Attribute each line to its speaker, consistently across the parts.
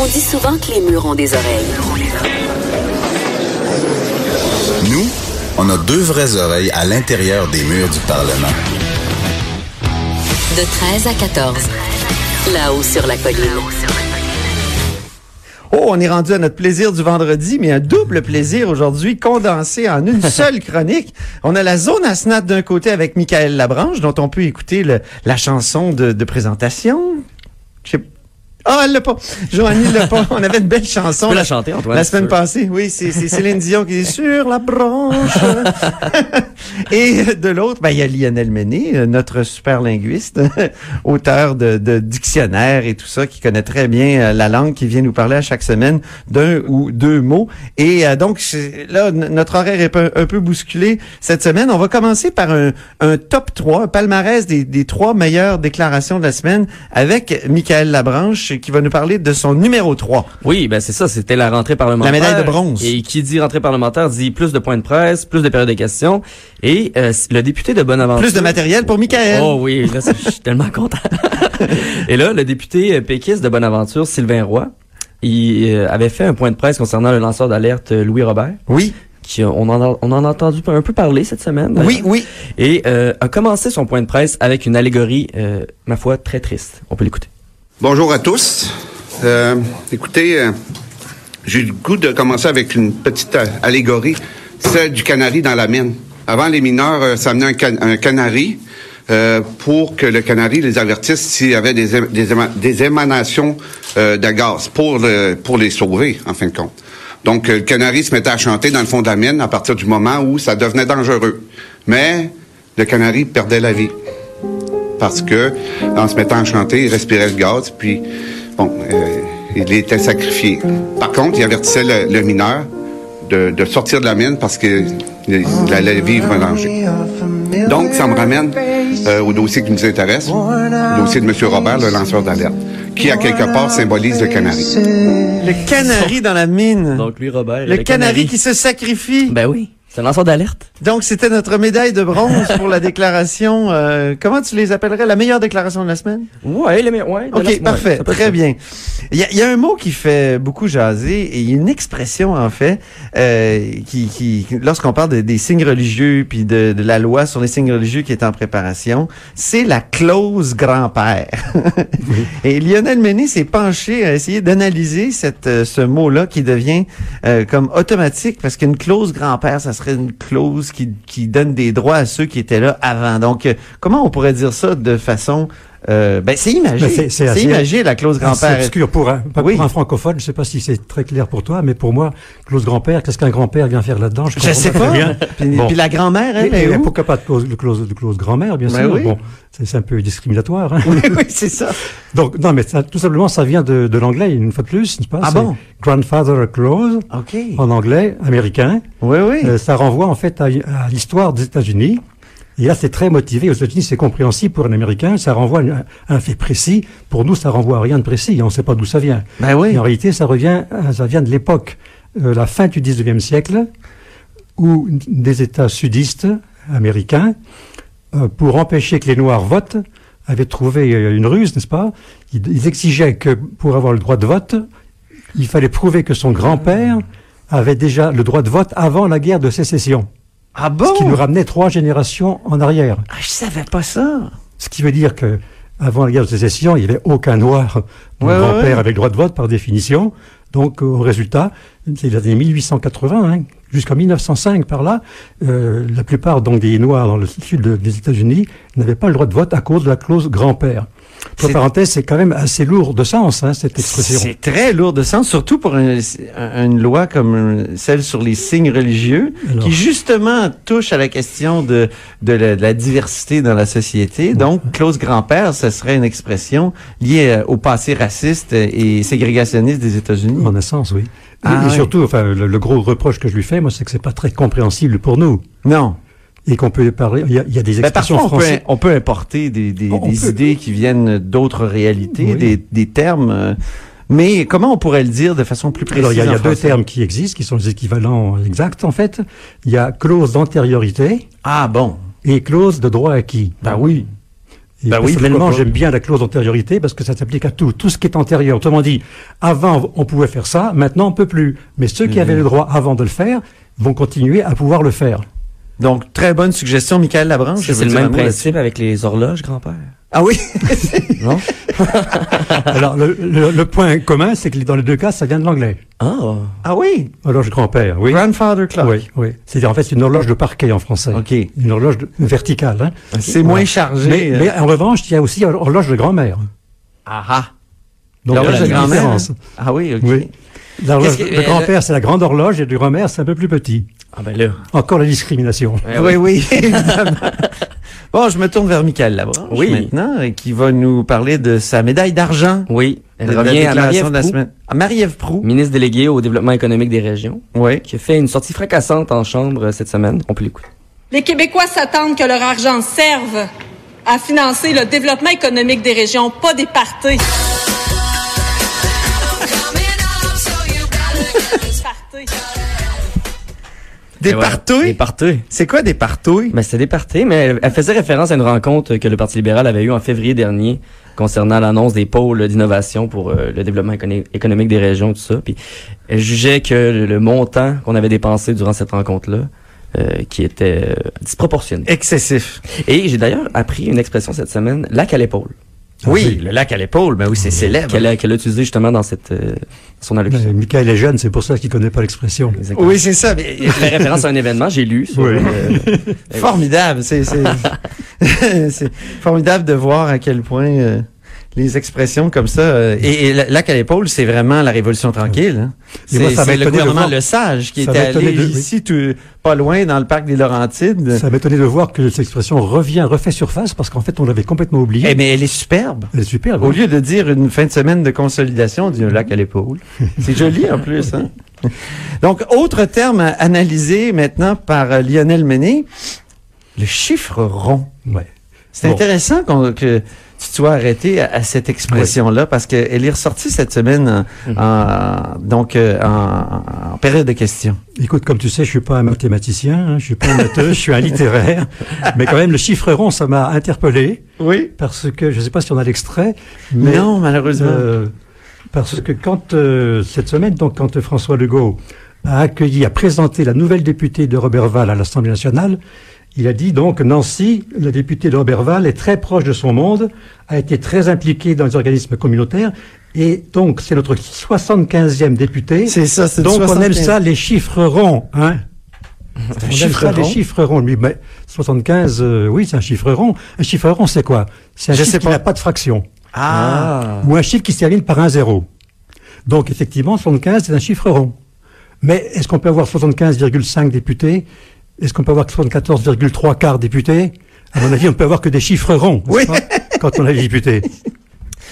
Speaker 1: On dit souvent que les murs ont des oreilles.
Speaker 2: Nous, on a deux vraies oreilles à l'intérieur des murs du Parlement.
Speaker 1: De 13 à 14. Là-haut sur la colline.
Speaker 3: Oh, on est rendu à notre plaisir du vendredi, mais un double plaisir aujourd'hui, condensé en une seule chronique. On a la zone Asnat d'un côté avec Michael Labranche, dont on peut écouter le- la chanson de, de présentation. Je sais- Ah, elle l'a pas. Joanie l'a pas. On avait une belle chanson.
Speaker 4: peux la chanter, Antoine,
Speaker 3: La
Speaker 4: si
Speaker 3: semaine
Speaker 4: tu veux.
Speaker 3: passée, oui, c'est c'est Céline Dion qui est sur la branche. Et de l'autre, ben, il y a Lionel Méné, euh, notre super linguiste, auteur de, de dictionnaire et tout ça, qui connaît très bien euh, la langue, qui vient nous parler à chaque semaine d'un ou deux mots. Et euh, donc, c'est- là, n- notre horaire est un, un peu bousculé cette semaine. On va commencer par un, un top 3, un palmarès des, des trois meilleures déclarations de la semaine avec Michael Labranche, qui va nous parler de son numéro 3.
Speaker 4: Oui, ben c'est ça, c'était la rentrée parlementaire.
Speaker 3: La médaille de bronze.
Speaker 4: Et qui dit rentrée parlementaire dit plus de points de presse, plus de périodes de questions. Et euh, le député de Bonaventure...
Speaker 3: Plus de matériel pour Michael.
Speaker 4: Oh oui, là, c'est- je suis tellement content. Et là, le député euh, péquiste de Bonaventure, Sylvain Roy, il euh, avait fait un point de presse concernant le lanceur d'alerte euh, Louis Robert,
Speaker 3: Oui,
Speaker 4: qui euh, on en a, on en a entendu un peu parler cette semaine. d'ailleurs.
Speaker 3: oui, oui.
Speaker 4: Et euh, a commencé son point de presse avec une allégorie, euh, ma foi, très triste. On peut l'écouter.
Speaker 5: Bonjour à tous. Euh, écoutez, euh, j'ai le goût de commencer avec une petite euh, allégorie, celle du canari dans la mine. Avant, les mineurs euh, s'amenaient un, can- un canari euh, pour que le canari les avertisse s'il y avait des, é- des, éma- des émanations euh, de gaz pour, le- pour les sauver, en fin de compte. Donc, euh, le canari se mettait à chanter dans le fond de la mine à partir du moment où ça devenait dangereux. Mais le canari perdait la vie parce que en se mettant à chanter, il respirait le gaz, puis bon, euh, il était sacrifié. Par contre, il avertissait le, le mineur de, de sortir de la mine parce qu'il il allait vivre un danger. Donc, ça me ramène euh, au dossier qui nous intéresse, le dossier de M. Robert, le lanceur d'alerte, qui, à quelque part, symbolise le canari.
Speaker 3: Le canari dans la mine.
Speaker 4: Donc lui, Robert...
Speaker 3: le canari qui se sacrifie.
Speaker 4: Ben oui, c'est un lanceur d'alerte.
Speaker 3: Donc, c'était notre médaille de bronze pour la déclaration. euh, comment tu les appellerais La meilleure déclaration de la semaine
Speaker 4: Ouais, les ouais.
Speaker 3: OK, parfait. Très bien. Il y, a- il y a un mot qui fait beaucoup jaser et il y a une expression, en fait, euh, qui, qui lorsqu'on parle de- des signes religieux puis de, de la loi sur les signes religieux qui est en préparation, c'est la clause grand-père. et Lionel Méné s'est penché à essayer d'analyser cette euh, ce mot-là qui devient euh, comme automatique parce qu'une clause grand-père, ça serait une clause qui, qui donne des droits à ceux qui étaient là avant. Donc, euh, comment on pourrait dire ça de façon... euh, ben, c'est imagé.
Speaker 6: Ben, c'est- c'est
Speaker 3: C'est
Speaker 6: assez-
Speaker 3: imagé, la clause
Speaker 6: Ah, C'est
Speaker 3: grand-père.
Speaker 6: obscur pour un, pas
Speaker 3: Oui.
Speaker 6: pour un francophone. Je sais pas si c'est très clair pour toi, mais pour moi, clause grand-père, qu'est-ce qu'un grand-père vient faire là-dedans Je,
Speaker 3: Je
Speaker 6: comprends
Speaker 3: sais pas.
Speaker 6: très bien.
Speaker 3: Puis,
Speaker 6: Bon.
Speaker 3: puis la grand-mère, elle,
Speaker 6: Et-
Speaker 3: est
Speaker 6: et
Speaker 3: où?
Speaker 6: pourquoi pas de clause, de clause, de clause grand-mère, bien
Speaker 3: Ben
Speaker 6: sûr.
Speaker 3: oui.
Speaker 6: Bon, c'est c'est un peu discriminatoire. hein.
Speaker 3: Oui, oui, c'est ça.
Speaker 6: Donc, non, mais ça- tout simplement, ça vient de, de l'anglais, une fois de plus, n'est-ce pas
Speaker 3: Ah
Speaker 6: C'est
Speaker 3: bon
Speaker 6: Grandfather clause,
Speaker 3: OK.
Speaker 6: en anglais, américain.
Speaker 3: Oui, oui.
Speaker 6: Euh, ça renvoie en fait à, à l'histoire des États-Unis. Et là, c'est très motivé. Aux États-Unis, c'est compréhensible pour un Américain. Ça renvoie à un fait précis. Pour nous, ça renvoie à rien de précis. On ne sait pas d'où ça vient.
Speaker 3: Ben oui.
Speaker 6: Et en réalité, ça revient, à- ça vient de l'époque, euh, la fin du 19e siècle, où des États sudistes américains, euh, pour empêcher que les Noirs votent, avaient trouvé euh, une ruse, n'est-ce pas ils, ils exigeaient que pour avoir le droit de vote, il fallait prouver que son grand-père avait déjà le droit de vote avant la guerre de sécession,
Speaker 3: ah
Speaker 6: ce qui nous
Speaker 3: bon?
Speaker 6: ramenait trois générations en arrière.
Speaker 3: Ah, je savais pas ça.
Speaker 6: Ce qui veut dire que avant la guerre de sécession, il n'y avait aucun noir. Mon
Speaker 3: Ouais, ouais,
Speaker 6: grand-père
Speaker 3: ouais.
Speaker 6: avait le droit de vote par définition. Donc, euh, au résultat, c'est les années 1880, hein, jusqu'en 1905 par là, euh, la plupart donc des noirs dans le sud de- des États-Unis n'avaient pas le droit de vote à cause de la clause grand-père. Entre
Speaker 3: C'est-
Speaker 6: parenthèse, c'est quand même assez lourd de sens hein, cette expression.
Speaker 3: C'est très lourd de sens, surtout pour un- un- une loi comme euh, celle sur les signes religieux,
Speaker 6: Alors.
Speaker 3: qui justement touche à la question de, de, la, de la diversité dans la société. Donc, clause grand-père, ce serait une expression liée euh, au passé raciste et ségrégationniste des États-Unis.
Speaker 6: En un sens, oui. Et-
Speaker 3: Ah,
Speaker 6: et
Speaker 3: oui.
Speaker 6: surtout, enfin, le, le gros reproche que je lui fais, moi, c'est que c'est pas très compréhensible pour nous.
Speaker 3: Non.
Speaker 6: Et qu'on peut parler, il y a, il y a des
Speaker 3: Ben, parfois,
Speaker 6: expressions
Speaker 3: on peut,
Speaker 6: françaises.
Speaker 3: on peut importer des, des,
Speaker 6: On
Speaker 3: des
Speaker 6: peut.
Speaker 3: idées qui viennent d'autres réalités,
Speaker 6: Oui.
Speaker 3: des, des termes. euh, mais comment on pourrait le dire de façon plus précise
Speaker 6: Alors, il y a, il y a
Speaker 3: en
Speaker 6: deux
Speaker 3: français?
Speaker 6: termes qui existent, qui sont les équivalents exacts, en fait. Il y a clause d'antériorité
Speaker 3: Ah bon.
Speaker 6: et clause de droit acquis.
Speaker 3: Ben oui.
Speaker 6: Et
Speaker 3: Ben oui,
Speaker 6: personnellement,
Speaker 3: pourquoi pas.
Speaker 6: j'aime bien la clause d'antériorité parce que ça s'applique à tout, tout ce qui est antérieur. Autrement dit, avant, on pouvait faire ça, maintenant, on peut plus. Mais ceux
Speaker 3: Mhm.
Speaker 6: qui avaient le droit avant de le faire vont continuer à pouvoir le faire.
Speaker 3: Donc, très bonne suggestion, Michael Labranche.
Speaker 4: Ça,
Speaker 3: Je veux
Speaker 4: C'est le
Speaker 3: dire
Speaker 4: même
Speaker 3: un mot
Speaker 4: principe avec les horloges, grand-père.
Speaker 3: là-dessus. Ah oui?
Speaker 4: Non?
Speaker 6: Alors, le, le- le point commun, c'est que dans les deux cas, ça vient de l'anglais.
Speaker 4: Ah.
Speaker 3: ah oui?
Speaker 6: Horloge grand-père, oui.
Speaker 3: Grandfather Clock.
Speaker 6: Oui, oui. C'est en fait c'est une horloge de parquet en français.
Speaker 3: OK.
Speaker 6: Une horloge de- verticale. hein.
Speaker 3: C'est
Speaker 6: Voilà.
Speaker 3: moins chargé.
Speaker 6: Mais,
Speaker 3: euh.
Speaker 6: mais en revanche, il y a aussi horloge de grand-mère.
Speaker 3: Ah ah.
Speaker 6: Donc,
Speaker 3: L'horloge
Speaker 6: il y a
Speaker 3: de
Speaker 6: une
Speaker 3: grand-mère,
Speaker 6: différence.
Speaker 3: hein? Ah oui, OK.
Speaker 6: Oui. L'horloge
Speaker 4: Qu'est-ce que-
Speaker 6: de
Speaker 4: euh,
Speaker 6: grand-père, c'est la grande horloge, et du grand-mère, c'est un peu plus petit.
Speaker 4: Ah ben là.
Speaker 6: Encore la discrimination.
Speaker 4: Eh
Speaker 3: ben oui, oui, évidemment. Bon, je me tourne vers Michael Labranche
Speaker 4: Oui.
Speaker 3: maintenant, euh, qui va nous parler de sa médaille d'argent.
Speaker 4: Oui. Elle
Speaker 3: de la
Speaker 4: revient à
Speaker 3: déclaration
Speaker 4: Marie-Ève
Speaker 3: de la
Speaker 4: Proulx,
Speaker 3: semaine. À Marie-Ève Proulx.
Speaker 4: ministre déléguée au développement économique des régions,
Speaker 3: Oui.
Speaker 4: qui a fait une sortie fracassante en chambre euh, cette semaine. On peut l'écouter.
Speaker 7: Les Québécois s'attendent que leur argent serve à financer le développement économique des régions, pas des partis. Partis.
Speaker 3: Des
Speaker 4: Et voilà. Eh Des
Speaker 3: partouilles?
Speaker 4: partouilles.
Speaker 3: C'est quoi des partouilles?
Speaker 4: Ben, c'était départé, mais elle- elle faisait référence à une rencontre que le Parti libéral avait eue en février dernier concernant l'annonce des pôles d'innovation pour euh, le développement écono- économique des régions, tout ça. Puis elle jugeait que le, le montant qu'on avait dépensé durant cette rencontre-là, euh, qui était euh, disproportionné.
Speaker 3: Excessif.
Speaker 4: Et j'ai d'ailleurs appris une expression cette semaine, lac à l'épaule,
Speaker 3: Oui, le lac à l'épaule, ben oui, c'est célèbre.
Speaker 4: qu'elle a, qu'elle a utilisé justement dans cette euh, son
Speaker 6: Mais
Speaker 4: allocution.
Speaker 6: Michael est jeune, c'est pour ça qu'il connaît pas l'expression.
Speaker 4: Exactement.
Speaker 3: Ben, Oui, c'est ça. mais-
Speaker 4: Elle fait référence à un événement, j'ai lu. sur,
Speaker 6: Oui.
Speaker 4: euh, Et
Speaker 3: Formidable, c'est c'est- c'est formidable de voir à quel point euh, les expressions comme ça euh, et, et la- lac à l'épaule, c'est vraiment la révolution tranquille. hein.
Speaker 6: Et moi,
Speaker 3: C'est
Speaker 6: ça m'a
Speaker 3: c'est le
Speaker 6: étonné de
Speaker 3: gouvernement
Speaker 6: voir-
Speaker 3: Le Sage qui
Speaker 6: ça
Speaker 3: était
Speaker 6: m'a étonné
Speaker 3: allé
Speaker 6: de- oui.
Speaker 3: ici tout- pas loin dans le parc des Laurentides.
Speaker 6: Ça m'étonnait de voir que cette expression revient, refait surface, parce qu'en fait, on l'avait complètement oubliée.
Speaker 3: Eh, mais elle est superbe.
Speaker 6: Elle est superbe. hein.
Speaker 3: Au lieu de dire une fin de semaine de consolidation, on dit un lac à l'épaule. C'est joli en plus. Hein? Donc, autre terme à analyser maintenant par euh, Lionel Menet, le chiffre rond.
Speaker 6: Ouais.
Speaker 3: C'est
Speaker 6: Bon.
Speaker 3: intéressant qu'on- que tu te sois arrêté à, à cette expression-là parce qu'elle est ressortie cette semaine en,
Speaker 6: Mhm.
Speaker 3: en- donc, euh, en, en période de questions.
Speaker 6: Écoute, comme tu sais, je suis pas un mathématicien, hein, je suis pas un matheux, je suis un littéraire, mais quand même, le chiffre rond, ça m'a interpellé,
Speaker 3: Oui.
Speaker 6: parce que, je sais pas si on a l'extrait, mais...
Speaker 3: non, malheureusement.
Speaker 6: Euh, parce que quand euh, cette semaine, donc quand euh, François Legault a accueilli, a présenté la nouvelle députée de Roberval à l'Assemblée nationale, il a dit donc Nancy, la députée de Roberval, est très proche de son monde, a été très impliquée dans les organismes communautaires, et donc c'est notre 75e députée.
Speaker 3: c'est ça, c'est
Speaker 6: Donc on aime ça les chiffres ronds, hein on
Speaker 3: chiffre
Speaker 6: aime ça,
Speaker 3: rond.
Speaker 6: les chiffres ronds. Mais, mais 75, euh, oui, c'est un chiffre rond. Un chiffre rond, c'est quoi C'est un
Speaker 3: Je
Speaker 6: chiffre
Speaker 3: sais
Speaker 6: qui
Speaker 3: pas.
Speaker 6: n'a pas de fraction
Speaker 3: Ah.
Speaker 6: ou un chiffre qui se termine par un zéro. Donc effectivement, 75, c'est un chiffre rond. Mais est-ce qu'on peut avoir 75,5 députés Est-ce qu'on peut avoir 74,3 quarts députés À mon avis, on peut avoir que des chiffres ronds, n'est-ce
Speaker 3: Oui.
Speaker 6: pas, quand on a les députés.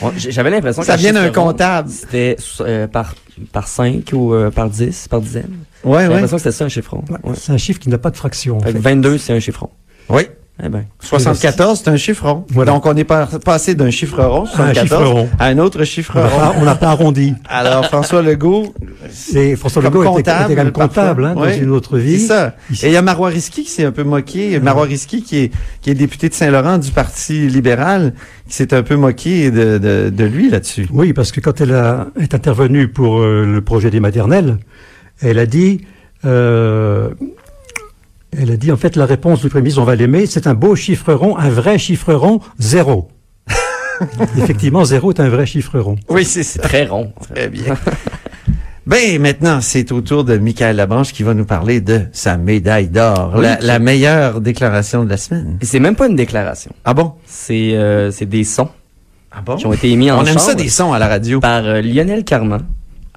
Speaker 4: on- j- J'avais l'impression que
Speaker 3: Ça
Speaker 4: la
Speaker 3: vient d'un
Speaker 4: chiffre ronde,
Speaker 3: comptable.
Speaker 4: C'était euh, par par 5 ou euh, par 10, par dizaine.
Speaker 3: Ah Ouais,
Speaker 4: J'ai
Speaker 3: ouais.
Speaker 4: l'impression que c'était ça un chiffron. Ouais.
Speaker 6: C'est un chiffre qui n'a pas de fraction. en
Speaker 4: Fait que
Speaker 6: fait.
Speaker 4: 22, c'est un chiffron.
Speaker 3: Oui.
Speaker 4: Eh ben.
Speaker 3: 74, c'est un chiffre rond.
Speaker 6: Voilà.
Speaker 3: Donc, on est par- passé d'un chiffre rond,
Speaker 6: À Ah, un
Speaker 3: 74,
Speaker 6: chiffre rond.
Speaker 3: à un autre chiffre
Speaker 6: On n'a pas-
Speaker 3: rond.
Speaker 6: on n'a pas arrondi.
Speaker 3: Alors, François Legault,
Speaker 6: Et François
Speaker 3: Comme
Speaker 6: Legault était, était
Speaker 3: comptable,
Speaker 6: quand même comptable hein, dans
Speaker 3: parfois. Oui.
Speaker 6: une autre vie. Mm.
Speaker 3: C'est ça.
Speaker 6: Ici.
Speaker 3: Et il y a Marois Risky qui s'est un peu moqué. Marois Risky qui est, qui est député de Saint-Laurent du Parti libéral, qui s'est un peu moqué de, de, de lui là-dessus.
Speaker 6: Oui, parce que quand elle a, est intervenue pour euh, le projet des maternelles, elle a dit, euh, elle a dit en fait la réponse du prémisse, on va l'aimer, c'est un beau chiffre rond, un vrai chiffre rond, zéro. Effectivement, zéro est un vrai chiffre rond.
Speaker 3: Oui, c'est ça.
Speaker 4: Très rond. en fait.
Speaker 3: Très bien. ben, maintenant, c'est au tour de Michael Labranche qui va nous parler de sa médaille d'or,
Speaker 4: Oui,
Speaker 3: la,
Speaker 4: qui-
Speaker 3: la meilleure déclaration de la semaine.
Speaker 4: Et c'est même pas une déclaration.
Speaker 3: Ah bon?
Speaker 4: C'est euh, c'est des sons
Speaker 3: Ah bon?
Speaker 4: qui ont été émis en
Speaker 3: On aime ça
Speaker 4: chambre
Speaker 3: des sons à la radio.
Speaker 4: par euh, Lionel Carman,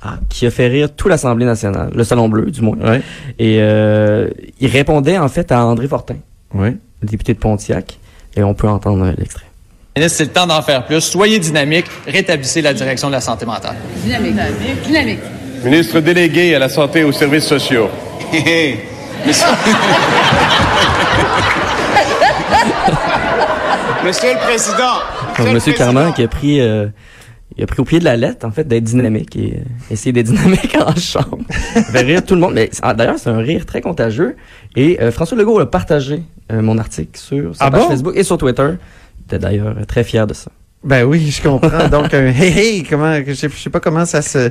Speaker 4: ah, qui a fait rire toute l'Assemblée nationale, le Salon Bleu du moins.
Speaker 3: Oui,
Speaker 4: Et euh, il répondait en fait à André Fortin,
Speaker 3: oui.
Speaker 4: le député de Pontiac, et on peut entendre euh, l'extrait.
Speaker 8: Ministre, c'est le temps d'en faire plus. Soyez dynamique, rétablissez la direction de la santé mentale.
Speaker 9: Ministre délégué à la Santé et aux services sociaux.
Speaker 5: Monsieur le Président.
Speaker 4: Donc, Monsieur Carman qui a pris, euh, il a pris au pied de la lettre, en fait, d'être dynamique et euh, essayer d'être dynamique en chambre. Fait rire tout le monde. Mais ah, d'ailleurs, c'est un rire très contagieux. Et euh, François Legault a partagé euh, mon article sur sa
Speaker 3: Ah
Speaker 4: page
Speaker 3: bon?
Speaker 4: Facebook et sur Twitter. J'étais d'ailleurs euh, très fier de ça.
Speaker 3: Ben oui, je comprends. Donc, un hey, hey, comment, je sais, je sais pas comment ça se,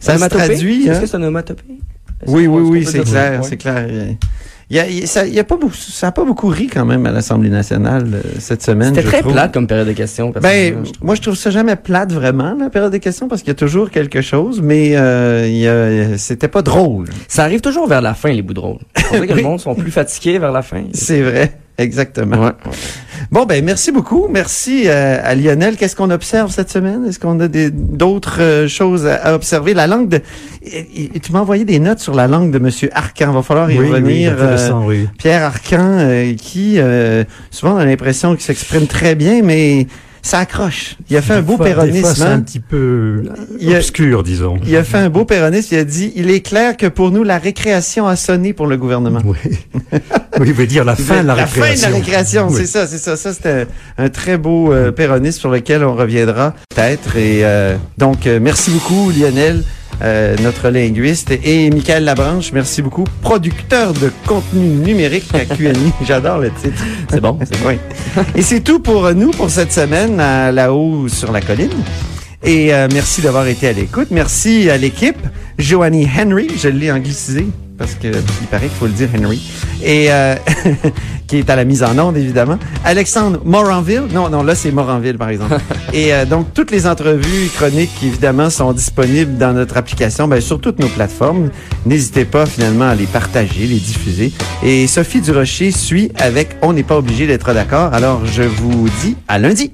Speaker 3: ça se
Speaker 4: Onomatopée?
Speaker 3: traduit.
Speaker 4: Est-ce
Speaker 3: hein.
Speaker 4: que c'est un onomatopée? Est-ce
Speaker 3: Oui,
Speaker 4: qu'on-
Speaker 3: oui,
Speaker 4: est-ce qu'on
Speaker 3: oui,
Speaker 4: peut
Speaker 3: c'est
Speaker 4: dire ça?
Speaker 3: clair,
Speaker 4: Ouais.
Speaker 3: c'est clair. Il y a, il y a- ça, il y a pas beaucoup, ça a pas beaucoup ri quand même à l'Assemblée nationale euh, cette semaine.
Speaker 4: C'était
Speaker 3: je
Speaker 4: très
Speaker 3: trouve.
Speaker 4: plate comme période de questions.
Speaker 3: Ben,
Speaker 4: personnellement, je trouve.
Speaker 3: moi, je trouve ça jamais plate vraiment, la période des questions, parce qu'il y a toujours quelque chose, mais euh, il y a- c'était pas drôle.
Speaker 4: ça arrive toujours vers la fin, les bouts drôles. On dirait que
Speaker 3: Oui.
Speaker 4: le monde sont plus fatigués vers la fin.
Speaker 3: C'est vrai, exactement.
Speaker 4: Ouais.
Speaker 3: Bon, ben, merci beaucoup. Merci euh, à Lionel. Qu'est-ce qu'on observe cette semaine? Est-ce qu'on a des- d'autres euh, choses à, à observer? La langue de... et- et- tu m'as envoyé des notes sur la langue de Monsieur Arcan. Va falloir y
Speaker 6: oui,
Speaker 3: revenir.
Speaker 6: oui, intéressant, oui.
Speaker 3: euh, Pierre Arcan, euh, qui, euh, souvent, on a l'impression qu'il s'exprime très bien, mais ça accroche. Il a fait un
Speaker 6: Des
Speaker 3: beau
Speaker 6: fois- des fois, c'est
Speaker 3: péronisme.
Speaker 6: un
Speaker 3: hein?
Speaker 6: petit peu euh,
Speaker 3: Il y a-
Speaker 6: obscur, disons.
Speaker 3: Il a fait un beau péronisme. Il a dit, il est clair que pour nous, la récréation a sonné pour le gouvernement.
Speaker 6: Oui. oui, il veut dire la fin de la,
Speaker 3: fin de la récréation,
Speaker 6: Oui.
Speaker 3: c'est ça, c'est ça. Ça, c'était un, un très beau euh, péronisme sur lequel on reviendra peut-être. Et euh, donc, euh, merci beaucoup, Lionel, euh, notre linguiste, et Michael Labranche, merci beaucoup, producteur de contenu numérique à QNI. J'adore le titre.
Speaker 4: C'est bon, c'est
Speaker 3: Oui. Et c'est tout pour euh, nous pour cette semaine à là-haut sur la colline. Et euh, merci d'avoir été à l'écoute. Merci à l'équipe. Joanie Henry, je l'ai anglicisé parce que il paraît qu'il faut le dire Henry. Et euh, qui est à la mise en onde, évidemment. Alexandre Moranville. Non, non, là, c'est Moranville, par exemple. et euh, donc, toutes les entrevues et chroniques, évidemment, sont disponibles dans notre application, ben, sur toutes nos plateformes. N'hésitez pas, finalement, à les partager, les diffuser. Et Sophie Durocher suit avec On n'est pas obligé d'être d'accord. Alors, je vous dis à lundi.